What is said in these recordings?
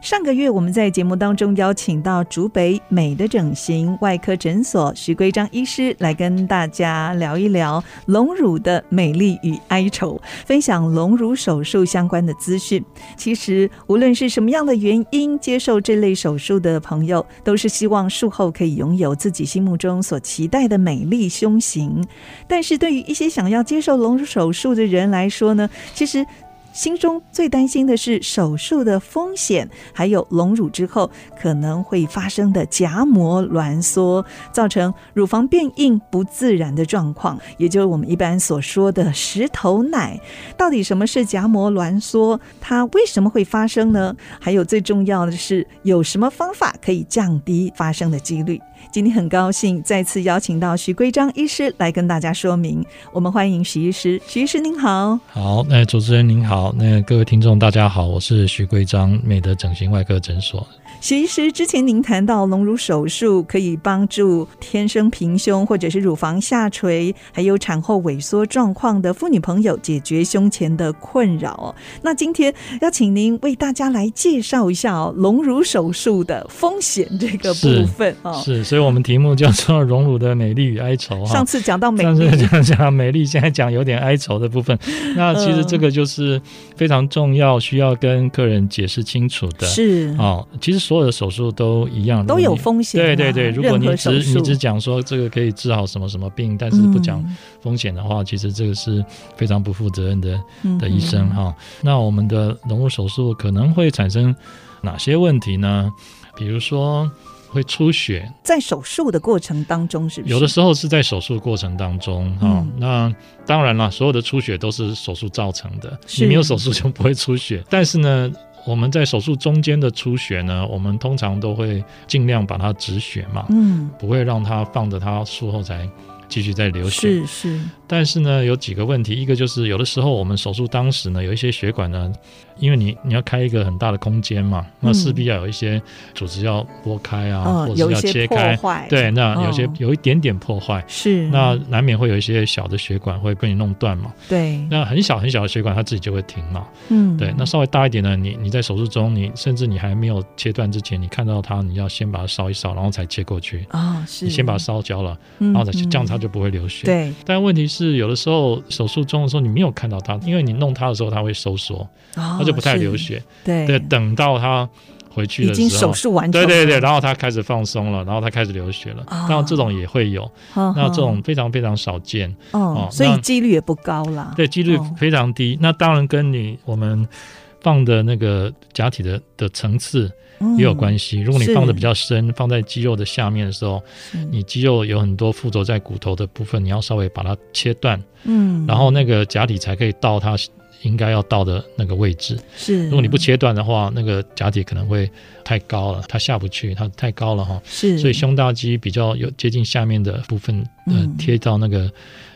上个月我们在节目当中邀请到竹北美的整形外科诊所徐圭章医师来跟大家聊一聊隆乳的美丽与哀愁，分享隆乳手术相关的资讯。其实无论是什么样的原因接受这类手术的朋友，都是希望术后可以拥有自己心目中所期待的美丽胸型。但是对于一些想要接受隆乳手术的人来说呢，其实心中最担心的是手术的风险，还有隆乳之后可能会发生的夹膜挛缩，造成乳房变硬不自然的状况，也就是我们一般所说的石头奶。到底什么是夹膜挛缩？它为什么会发生呢？还有最重要的是，有什么方法可以降低发生的几率？今天很高兴再次邀请到徐圭章医师来跟大家说明。我们欢迎徐医师，徐医师您好。好，那主持人您好，那各位听众大家好，我是徐桂章，美德整形外科诊所。徐医师，之前您谈到隆乳手术可以帮助天生平胸或者是乳房下垂，还有产后萎缩状况的妇女朋友解决胸前的困扰哦。那今天要请您为大家来介绍一下哦，隆乳手术的风险这个是部分哦。是，所以我们题目叫做《荣辱的美丽与哀愁》哈上。次讲到美上丽次讲讲美丽，现在讲有点哀愁的 部分。那其实这个就是非常重要，需要跟客人解释清楚的。是哦，其实所有的手术都一样，都如有果你风险嘛，啊对对对，如果任你何只手术你只讲说这个可以治好什么什么病，但是不讲嗯风险的话，其实这个是非常不负责任的嗯的医生哈、那我们的隆乳手术可能会产生哪些问题呢？比如说会出血，在手术的过程当中，是不是有的时候是在手术过程当中哈、嗯那当然了，所有的出血都是手术造成的，是你没有手术就不会出血。但是呢。我们在手术中间的出血呢，我们通常都会尽量把它止血嘛，嗯，不会让它放着它术后才继续再流血。是是但是呢，有几个问题，一个就是有的时候我们手术当时呢，有一些血管呢，因为你你要开一个很大的空间嘛，那势必要有一些组织要拨开啊，哦或者有是一要些切破开，坏，嗯对，那有些、哦有一点点破坏。是那难免会有一些小的血管会被你弄断嘛，对，那很小很小的血管它自己就会停了。嗯，对，那稍微大一点的，你你在手术中，你甚至你还没有切断之前，你看到它，你要先把它烧一烧，然后才切过去。啊、是你先把它烧焦了，嗯，然然后再切这样它就不会流血。对但问题是，有的时候手术中的时候你没有看到它，因为你弄它的时候它会收缩，它它就不太流，血。哦啊对对，等到它回去已的经时手候，术完成对了，对对，然后它开始放松了，然后它开始流血了。啊当然这种也会有，呵呵，那这种非常非常少见，嗯哦哦，所以那几率也不高啦，对，几率哦非常低。那当然跟你我们。放的那个假体的的层次嗯，也有关系。如果你是放的比较深，放在肌肉的下面的时候，系你肌肉有很多附着在骨头的部分，你要稍微把它切断，嗯，然后那个假体才可以到它应该要到的那个位置。是如果你不切断的话，那个假体可能会太高了，它下不去，它太高了哈。是，所以胸大肌比较有接近下面的部分，呃嗯，贴到那个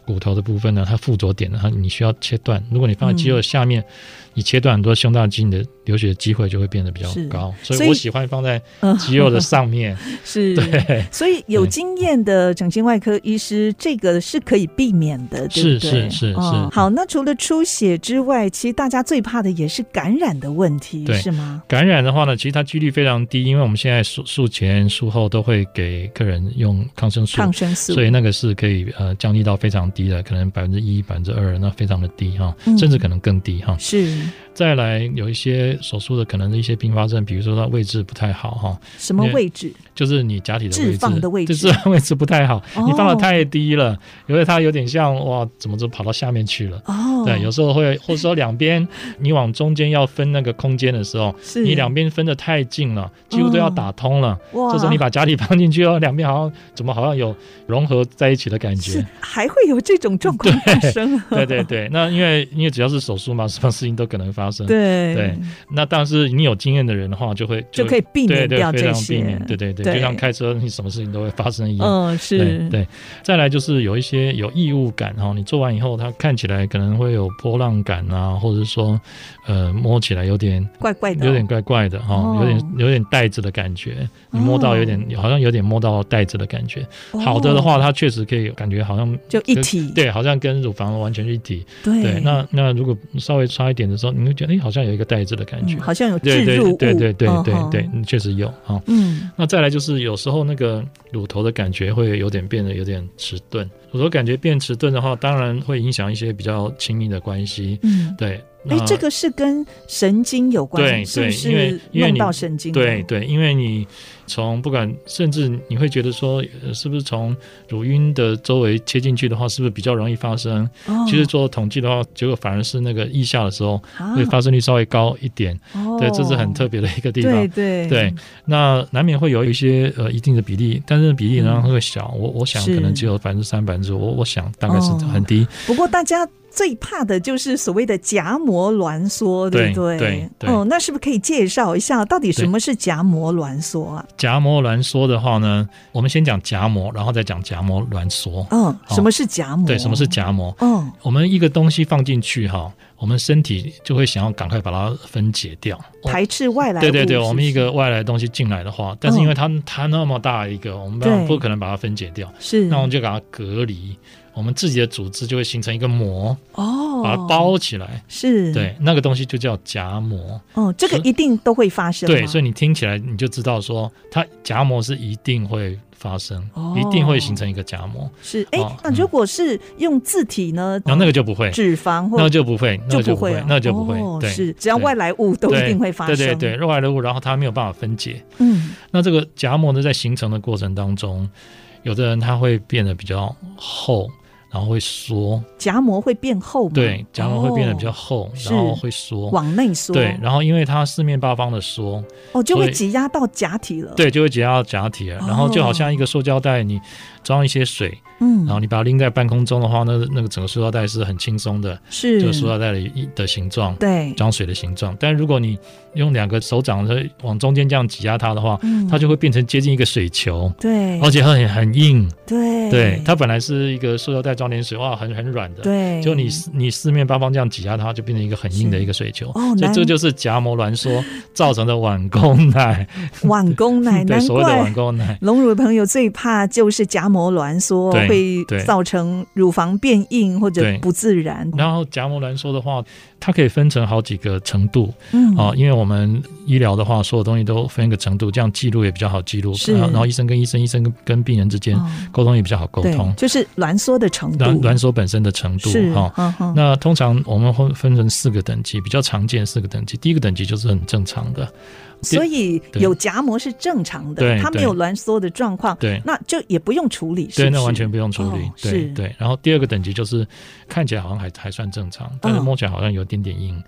骨头的部分呢，它附着点呢，它你需要切断。如果你放在嗯肌肉下面，你切断很多胸大肌，你的流血的机会就会变得比较是高。所以所以我喜欢放在嗯肌肉的上面， 是对，所以有对经验的整形外科医师，这个是可以避免的，对是不对？是是哦是好，那除了出血之外，其实大家最怕的也是感染的问题，对是吗？感染的话呢，其实它几率非常低，因为我们现在术术前、术后都会给客人用抗生素，抗生素，所以那个是可以呃降低到非常低的，可能百分之一、百分之二，那非常的低哈，嗯甚至可能更低哈。是再来有一些手术的可能的一些并发症，比如说它位置不太好哈，什么那位置？就是你假体的位置置，放的位置就是位置不太好，哦你放的太低了，因为它有点像哇，怎么就跑到下面去了？哦，对，有时候会，或者说两边你往中间要分那个空间的时候，是你两边分得太近了，几乎都要打通了。嗯哇，这时候你把假体放进去哦，两边好像怎么好像有融合在一起的感是觉。还会有这种状况发生，啊 对对对，那因为因为只要是手术嘛，什么事情都可能发生。 对对，那但是你有经验的人的话，就会就可以避免对对掉非这常避些免，。对对对对，就像开车，你什么事情都会发生一样。嗯，对是，对，再来就是有一些有异物感哈、哦，你做完以后，它看起来可能会有波浪感啊，或者说，呃，摸起来有点怪怪的哦，有点怪怪的哈、哦有点有点带子的感觉，你摸到有点、好像有点摸到带子的感觉。哦好的的话，它确实可以感觉好像就一体，对，好像跟乳房完全一体。对对，那那如果稍微差一点的时候，你会觉得哎、诶好像有一个带子的感觉。嗯好像有对置对入物，对对对嗯对对，哼嗯确实有啊、哦嗯，那再来就是有时候那个乳头的感觉会有点变得有点迟钝，乳头感觉变迟钝的话，当然会影响一些比较亲密的关系。嗯，对，哎那，这个是跟神经有关，对是不对因为是因为弄你到神经了？对对，因为你从不管，甚至你会觉得说，呃是不是从乳晕的周围切进去的话，是不是比较容易发生？哦，其实做统计的话，结果反而是那个腋下的时候啊会发生率稍微高一点。哦对，这是很特别的一个地方。对对对，那难免会有一些呃一定的比例，但是比例呢会小，我我想嗯是可能只有百分之三、百分之五，我我想大概是哦很低。不过大家最怕的就是所谓的夹膜挛缩，对不对？对对哦，那是不是可以介绍一下到底什么是夹膜挛缩啊？夹膜挛缩的话呢，我们先讲夹膜，然后再讲夹膜挛缩。嗯，什么是夹膜？对，什么是？夹膜？嗯，我们一个东西放进去哈，我们身体就会想要赶快把它分解掉。我排斥外来物。对对对，是不是我们一个外来的东西进来的话，但是因为它、它那么大一嗯个，我们不对不可能把它分解掉，是那我们就给它隔离，我们自己的组织就会形成一个膜，哦，嗯把它包起来。是，，对，那个东西就叫夹膜。哦，这个一定都会发生吗，对，所以你听起来你就知道说，它夹膜是一定会发生，哦一定会形成一个夹膜。是哎哦，那如果是用字体呢？然后那个就不会，脂肪那个或就不会，那个就不不会会了，，那个就不会。哦对，是只要对外来物都一对定会发生。对对对，，肉外来物，然后它没有办法分解。嗯，那这个夹膜呢，在形成的过程当中，有的人他会变得比较厚。然后会缩，夹膜会变厚吗？对，夹膜会变得比较哦厚，是然后会缩，往内缩，对，然后因为它四面八方的缩，哦，就所会以挤压到假体了。，对，就会挤压到假体了。然后就好像一哦个塑胶袋，你装一些水，嗯，然后你把它拎在半空中的话，那那个整个塑料袋是很轻松的，是就是塑料袋的一的形状，对，装水的形状。但如果你用两个手掌的往中间这样挤压它的话，嗯它就会变成接近一个水球。对，而且很很硬，对对，它本来是一个塑料袋装点水，哇，很很软的，哎对，就你你四面八方这样挤压它，就变成一个很硬的是一个水球，哦所以难这就是夹膜挛缩造成的 晚宫奶，晚 宫奶，对，难所谓的晚怪。哦宫奶，隆乳的朋友最怕就是夹膜挛缩，对会对造成乳房变硬或者对不自然。然后夹膜挛缩的话，它可以分成好几个程度嗯，啊、因为我们医疗的话，所有东西都分一个程度，这样记录也比较好记录。啊是然后，然后医生跟医生、医生跟跟病人之间哦沟通也比较好沟对通，。就是挛缩的程度，挛挛缩本身的程度是哈、嗯哼那通常我们会分成四个等级，比较常见四个等级。第一个等级就是很正常的，所以对有夹膜是正常的，对它没有挛缩的状况，对那就也不用处理，是对，不那是完全不用处理。哦对是对。然后第二个等级就是看起来好像还还算正常，但是嗯摸起来好像有点点硬，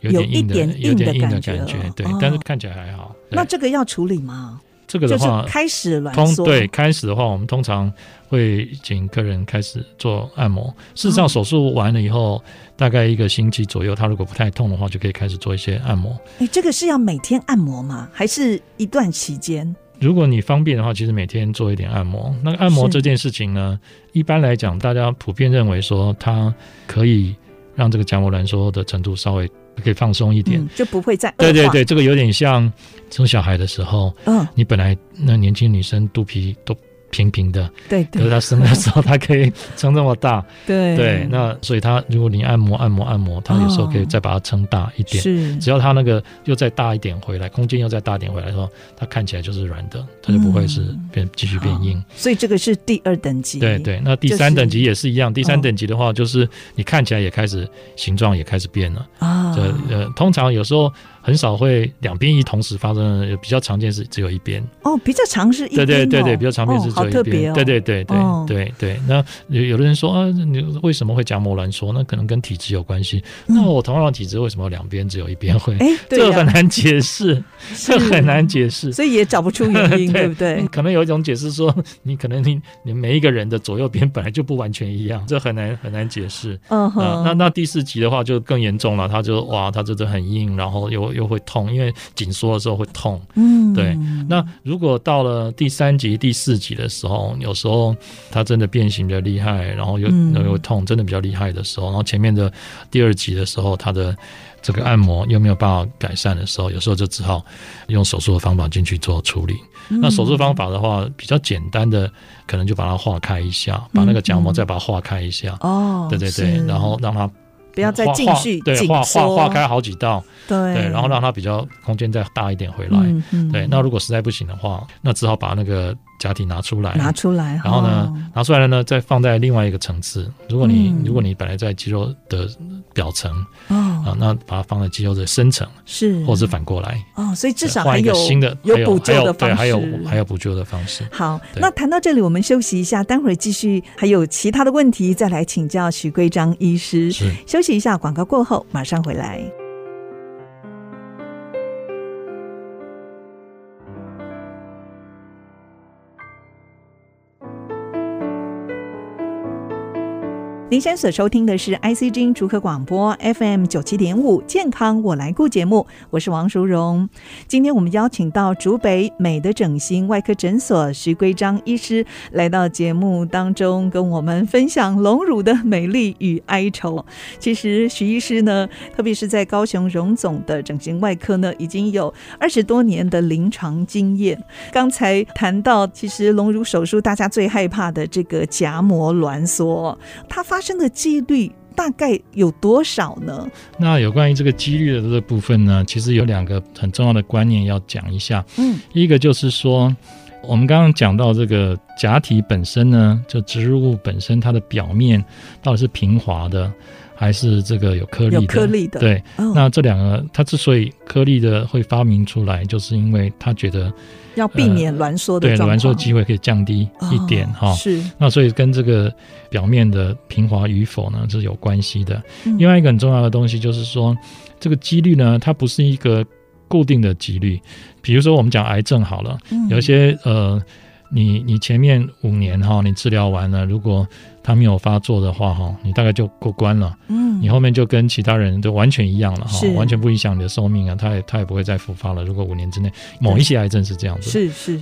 有有点一硬的，点硬有点的硬的感觉感觉了。对哦，但是看起来还好。对那这个要处理吗？这个就的是话，开始挛通缩，对，开始的话，我们通常会请客人开始做按摩。事哦实上，手术完了以后，大概一个星期左右，他如果不太痛的话，就可以开始做一些按摩。哎，这个是要每天按摩吗？还是一段期间？如果你方便的话，其实每天做一点按摩。那按摩是这件事情呢，一般来讲，大家普遍认为说它可以让这个夹膜挛缩的程度稍微可以放松一点。嗯，就不会再恶化对对，对，这个有点像生小孩的时候，嗯，你本来那年轻女生肚皮都平平的，对可是对她生的时候她可以撑这么大，对呃对，那所以它如果你按摩按摩按摩，它有时候可哦以再把它撑大一点。是只要它那个又再大一点回来，空间又再大一点回来的时候，它看起来就是软的，它就不会是嗯变继续变硬。好所以这个是第二等级，对对，那第三等级也是一样。第三等级的话，就是你看起来也开始形状也开始变了。啊，这呃，通常有时候很少会两边一同时发生的，比较常见是只有一边。哦，比较常是一对边对哦对对，比较常见是哦只有好一特别边。哦，对对对对哦对对。那有有的人说啊，你为什么会夹膜挛缩？那可能跟体质有关系。嗯那我同样的体质，为什么两边只有一边会？哎，这对个呀很难解释， 这是很难解释。所以也找不出原因， 对对不对嗯？可能有一种解释说， 你可能你你每一个人的左右边本来就不完全一样，这很难很难解释。嗯啊，哼，那那第四集的话就更严重了，它就哇，它真的很硬，然后又又会痛，因为紧缩的时候会痛。嗯，对那如果到了第三集、第四集的时候，有时候它真的变形比较厉害，然后又嗯又又痛，真的比较厉害的时候，然后前面的第二集的时候，它的这个按摩又没有办法改善的时候，有时候就只好用手术的方法进去做处理。嗯那手术方法法的话，比较简单的，可能就把它化开一下，把那个角膜再把它化开一下。嗯哦，对对对是，然后让它不要再画继画续对紧画画缩画开好几道，对对，然后让它比较空间再大一点回来。嗯嗯对，那如果实在不行的话，那只好把那个假体拿出来，拿出来，然后呢哦，拿出来了呢，再放在另外一个层次。如果你、嗯如果你本来在肌肉的表层啊哦，，那把它放在肌肉的深层，是，或者是反过来，哦，所以嗯至对少还换一有个新的有还有补救还有的方对，式，还有还有补救的方式。好，对那谈到这里，我们休息一下，待会儿继续还有其他的问题再来请教许桂章医师。是。休息一下，广告过后马上回来。您现在所收听的是 IC 之音逐客广播 FM 九七点五健康我来顾节目，我是王淑荣。今天我们邀请到竹北美的整形外科诊所徐归章医师来到节目当中，跟我们分享隆乳的美丽与哀愁。其实徐医师呢，特别是在高雄荣总的整形外科呢，已经有二十多年的临床经验。刚才谈到，其实隆乳手术大家最害怕的这个夹膜挛缩，它发生的几率大概有多少呢？那有关于这个几率的这个部分呢，其实有两个很重要的观念要讲一下。嗯，一个就是说，我们刚刚讲到这个假体本身呢，就植入物本身它的表面到底是平滑的，还是这个有颗粒的？有颗粒的，，对，哦、那这两个它之所以颗粒的会发明出来，就是因为它觉得要避免挛缩的呃对状况，挛缩机会可以降低一点哈、哦、是，那所以跟这个表面的平滑与否呢是有关系的。嗯另外一个很重要的东西就是说，这个几率呢，它不是一个固定的几率。比如说我们讲癌症好了，嗯有一些呃，你你前面五年哈，你治疗完了，如果它没有发作的话哈，你大概就过关了，嗯，你后面就跟其他人都完全一样了哈是，完全不影响你的寿命啊，它也它也不会再复发了。如果五年之内某一些癌症是这样子，是是，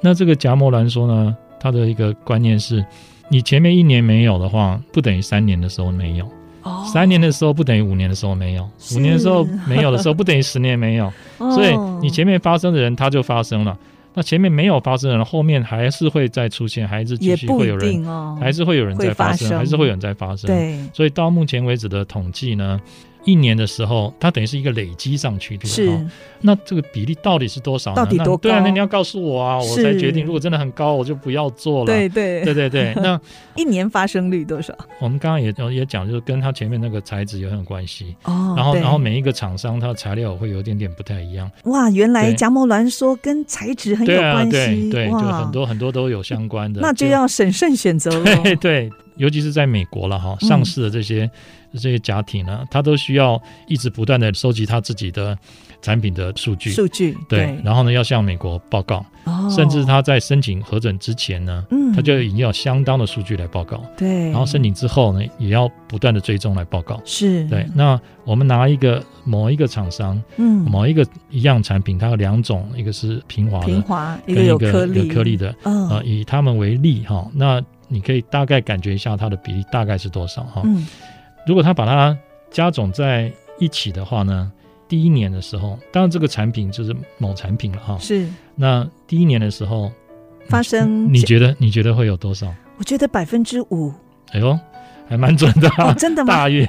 那这个夹膜挛缩呢，它的一个观念是。你前面一年没有的话，不等于三年的时候没有；哦三年的时候不等于五年的时候没有；是哦五年的时候没有的时候，不等于十年没有。所以你前面发生的人，他就发生了。那前面没有发生的人，后面还是会再出现，还是继也续不会有一人，定哦，还是会嗯有人会在发发生，生还是会有人在发生。，对所以到目前为止的统计呢，一年的时候，它等于是一个累积上去的。是哦那这个比例到底是多少呢？到底多那对啊，高那你要告诉我啊，我是才决定。如果真的很高，我就不要做了。对对对对对那一年发生率多少？我们刚刚也也讲，就是跟它前面那个材质也很有关系。哦然后，对然后每一个厂商它的材料会有一点点不太一样。哇，原来对夹膜挛缩跟材质很有对啊，关对系，对，就哇很，多很多都有相关的。那就要审慎选择了。 对对，尤其是在美国了哈，嗯上市的这些、这些假体呢，它都需要一直不断的收集它自己的产品的数据。数据对，然后呢，要向美国报告，哦甚至它在申请核准之前呢，嗯它就已经有相当的数据来报告，对，然后申请之后呢，也要不断的追踪来报告。是对，那我们拿一个某一个厂商嗯某一个一样产品，它有两种，一个是平滑平的，滑一个跟有一颗个粒有颗粒的。嗯呃，以他们为例哈、那你可以大概感觉一下它的比例大概是多少哈、嗯如果它把它加总在一起的话呢，第一年的时候，当然这个产品就是某产品了哈、是那第一年的时候发生你，你觉得你觉得会有多少？我觉得百分之五哎呦，还蛮准的、哦啊，真的吗？ 大约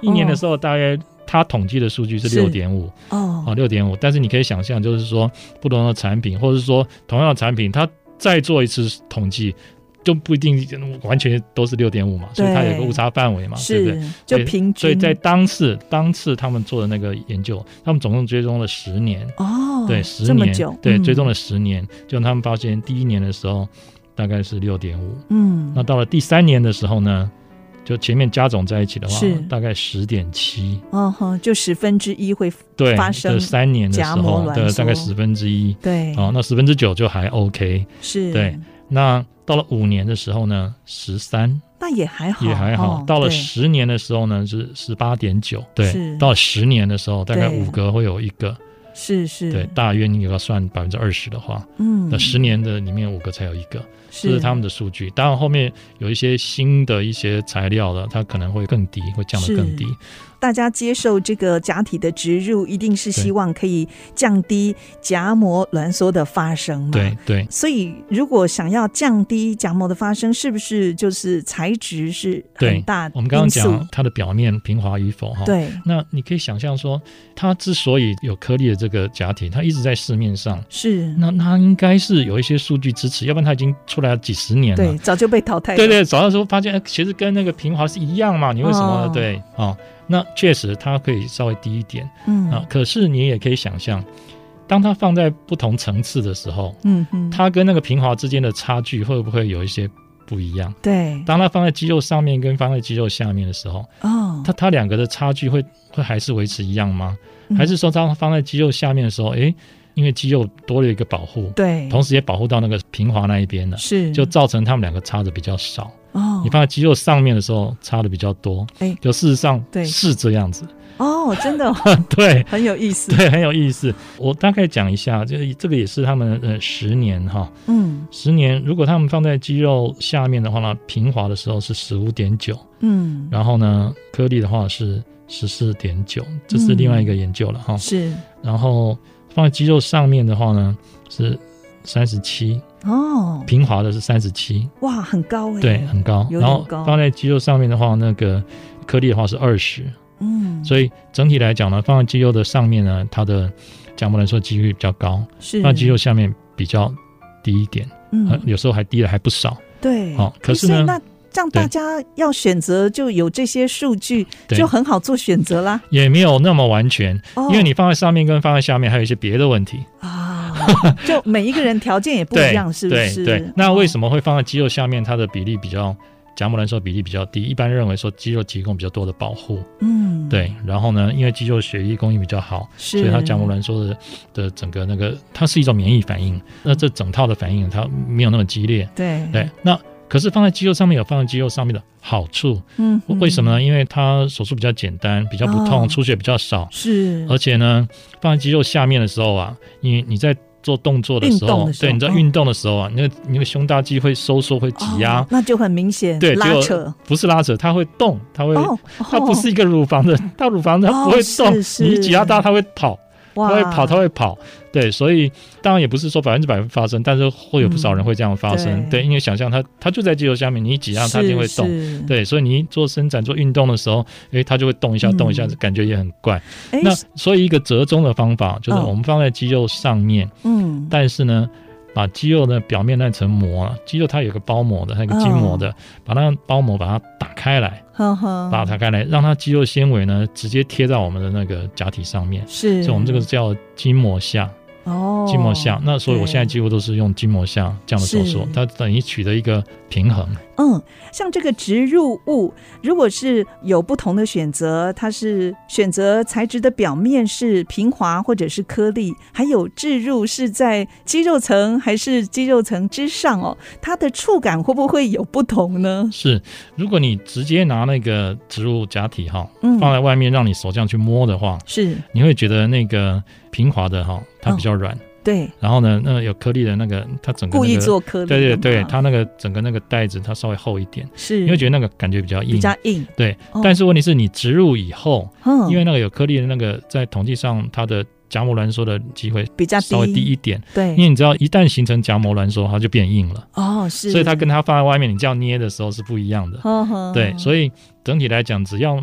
一年的时候大约。它统计的数据是是六点五，哦哦，六点五。但是你可以想象，就是说不同的产品，或者是说同样的产品，它再做一次统计，就不一定完全都是六点五嘛，所以它有一个误差范围嘛，对不对？是嗯就平均，所以在当次当次他们做的那个研究，他们总共追踪了十年，哦，对，十这么年久，，对，嗯追踪了十年，就他们发现第一年的时候大概是六点五，嗯，那到了第三年的时候呢，就前面加总在一起的话是，大概十点七，哦哼，就十分之一会对，发生这三年的时夹膜候挛的缩哎大概十分之一，对，哦，那十分之九就还 OK。是，对，那到了五年的时候呢，十三那也还好，也还好。哦到了对十年的时候呢，是十八点九。是对，到了十年的时候，大概对五个会有一个。是是，对，，大约你要算百分之二十的话，嗯，那十年的里面五个才有一个，这是是他们的数据。当然后面有一些新的一些材料了，它可能会更低，会降得更低。大家接受这个假体的植入，一定是对希望可以降低夹膜挛缩的发生嘛。对对，所以，如果想要降低夹膜的发生，是不是就是材质是很对大我们刚刚因素讲哦它的表面平滑与否哈。。对，那你可以想象说，它之所以有颗粒的这个假体，它一直在市面上，是，那它应该是有一些数据支持，要不然它已经出来了几十年了对，。早就被淘汰了。对对，找到时候发现，哎其实跟那个平滑是一样嘛，你为什么、哦对哦？那确实它可以稍微低一点嗯，啊、可是你也可以想象，当它放在不同层次的时候，嗯嗯，它跟那个平滑之间的差距会不会有一些不一样？对当它放在肌肉上面跟放在肌肉下面的时候，哦，它它两个的差距会会还是维持一样吗？嗯还是说当它放在肌肉下面的时候，诶，因为肌肉多了一个保护，对，同时也保护到那个平滑那一边了，是就造成它们两个差的比较少。哦你放在肌肉上面的时候差的比较多，哎就事实上对是这样子， 哦，真的对。很有意思。 对，很有意思。我大概讲一下，就这个也是他们呃十年哈，嗯十年如果他们放在肌肉下面的话呢，平滑的时候是十五点九，嗯，然后呢颗粒的话是十四点九，这是另外一个研究了哈。是然后放在肌肉上面的话呢是三十七，哦，平滑的是三十七，哇，很高哎。对，很高。有点然后高放在肌肉上面的话，那个颗粒的话是二十，嗯，所以整体来讲呢，放在肌肉的上面呢，它的讲膜来说几率比较高，是放在肌肉下面比较低一点，呃嗯，有时候还低了还不少。对，好可是呢所以那这样对大家要选择就有这些数据，对就很好做选择啦。也没有那么完全，哦，因为你放在上面跟放在下面还有一些别的问题，啊，就每一个人条件也不一样，是不对是？哦对。那为么？什么会放在肌肉下面？它的比例比较，讲膜来说比例比较低。一般认为说肌肉提供比较多的保护，嗯，对。然后呢，因为肌肉血液供应比较好，是，所以它甲膜挛缩的的整个那个，它是一种免疫反应。那这整套的反应它没有那么激烈，对对，。那可是放在肌肉上面有放在肌肉上面的好处，嗯，为什么呢？因为它手术比较简单，比较不哦痛，出血比较少，是，而且呢，放在肌肉下面的时候啊，你你在做动作的时运动候的，时候对，你在嗯运动的时候啊，你那个你那个胸大肌会收缩，会挤压哦，那就很明显，对拉就扯。不是拉扯，它会动，它会。哦，它不是一个乳房的，它乳房它不会哦是动，是你一挤压它，它会跑。哦哇，他会跑，他会跑，对，所以当然也不是说百分之百会发生，但是会有不少人会这样发生，嗯对对，因为想象它，它就在肌肉下面，你一挤压它是就会动，，是，对，所以你一做伸展、做运动的时候，诶，它就会动一下、嗯动一下，感觉也很怪。哎，那所以一个折中的方法就是哦我们放在肌肉上面，嗯，但是呢。把肌肉的表面那层膜啊，肌肉它有个包膜的，它有个筋膜嗯的，把那包膜把它打开来，呵呵，把它打开来，让它肌肉纤维呢直接贴在我们的那个假体上面，是，所以我们这个叫筋膜下。哦，筋膜下，那所以我对现在几乎都是用筋膜下这样的手术是，它等于取得一个平衡。嗯，像这个植入物，如果是有不同的选择，它是选择材质的表面是平滑或者是颗粒，还有置入是在肌肉层还是肌肉层之上哦，它的触感会不会有不同呢？是，如果你直接拿那个植入假体哈嗯，放在外面，让你手这样去摸的话，是你会觉得那个平滑的哈，它比较软，对，然后呢，那有颗粒的那个，它整嗯个故那意个。做颗粒的对对嘛对，它那个整个那个袋子它稍微厚一点，是你会觉得那个感觉比较硬。比较硬，对，哦但是问题是你植入以后，嗯，因为那个有颗粒的那个，在统计上它的夹膜挛缩的机会比较稍微低一点，对，因为你知道，一旦形成夹膜挛缩，它就变硬了，哦是，所以它跟它放在外面，你这样捏的时候是不一样的。呵呵对，以所以整体来讲，只要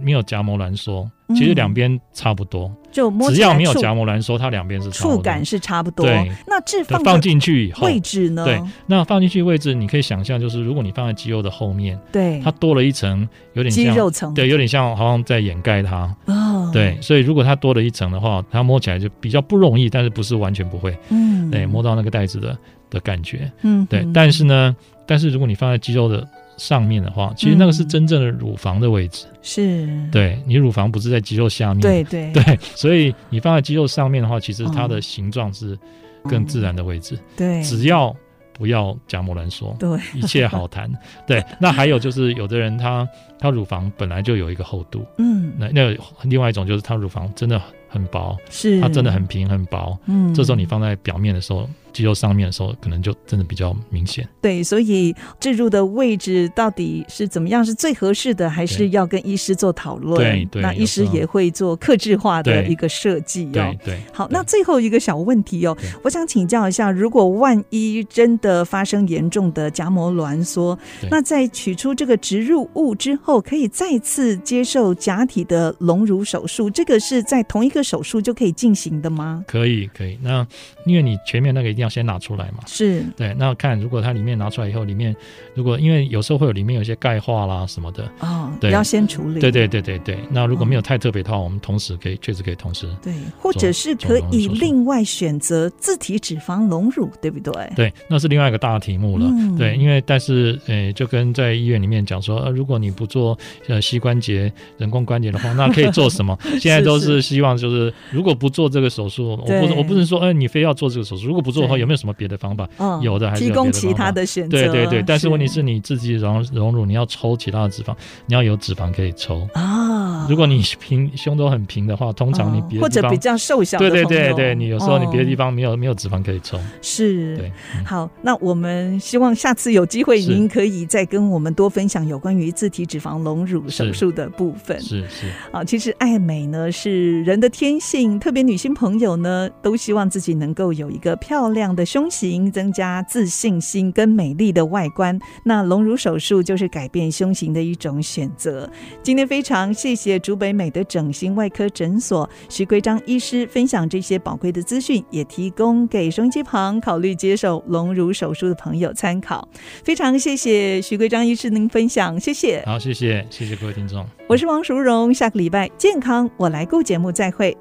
没有夹膜挛缩，嗯其实两边差不多，就摸只起要来没有触荚膜挛缩，它两边是差不多触感是差不多对。那置对放放的进去以后，位置呢？对那放进去位置，你可以想象，就是如果你放在肌肉的后面，对它多了一层，有点肌像肉层对，有点像好像在掩盖它。哦，对，所以如果它多了一层的话，它摸起来就比较不容易，但是不是完全不会，嗯，对，摸到那个袋子的的感觉。嗯，对，嗯但是呢，但是如果你放在肌肉的上面的话，其实那个是嗯真正的乳房的位置。是，对你乳房不是在肌肉下嗯面。对对对，所以你放在肌肉上面的话，其实它的嗯形状是更自然的位置，对，只要不要假膜 挛缩。对一切好谈， 对。那还有就是，有的人他他乳房本来就有一个厚度，嗯那那另外一种就是它乳房真的很薄，是，它真的很平很薄。嗯，这时候你放在表面的时候，肌肉上面的时候，可能就真的比较明显。对，所以置入的位置到底是怎么样是最合适的，还是对要跟医师做讨论。对对那有医师时候也会做克制化的对一个设计哦对。对，好，对那最后一个小问题哦对，我想请教一下，如果万一真的发生严重的荚膜挛缩对，那在取出这个植入物之后，可以再次接受假体的隆乳手术，这个是在同一个手术就可以进行的吗？可以可以。那因为你前面那个一定要先拿出来嘛。是，对，那看如果它里面拿出来以后，里面如果因为有时候会有里面有一些钙化啦什么的，哦，对要先处理。对对对对对。那如果没有太特别的话，我们同时可以确实可以同时。对，或者是可以另外选择自体脂肪隆乳，对不对？对，那是另外一个大题目了。嗯对，因为但是呃，就跟在医院里面讲说，呃，如果你不做呃膝关节人工关节的话，那可以做什么？ 现在都是希望就是，如果不做这个手术，我不对是我不是说，呃，你非要做这个手术，如果不做的话，对有没有什么别的方法？嗯有的还是有提别的供其方法他的选择。对对对，但是问题是你自己溶溶乳，你要抽其他的脂肪，你要有脂肪可以抽。啊，如果你平胸都很平的话，通常你哦别或的者地方比，较瘦小的对对朋对友对，你有时候你别的地哦方没有没有脂肪可以抽，是对。嗯好，那我们希望下次有机会，是您可以再跟我们多分享有关于自体脂肪隆乳手是术的部分。是是，啊，其实爱美呢是人的天性，特别女性朋友呢都希望自己能够有一个漂亮的胸型，增加自信心跟美丽的外观。那隆乳手术就是改变胸型的一种选择。今天非常谢谢竹北美的整形外科诊所徐圭章医师分享这些宝贵的资讯，也提供给收音机旁考虑接受隆乳手术的朋友参考。非常谢谢徐圭章医师您分享，谢谢。好，谢谢谢谢各位听众，我是王淑荣，下个礼拜健康我来顾节目再会。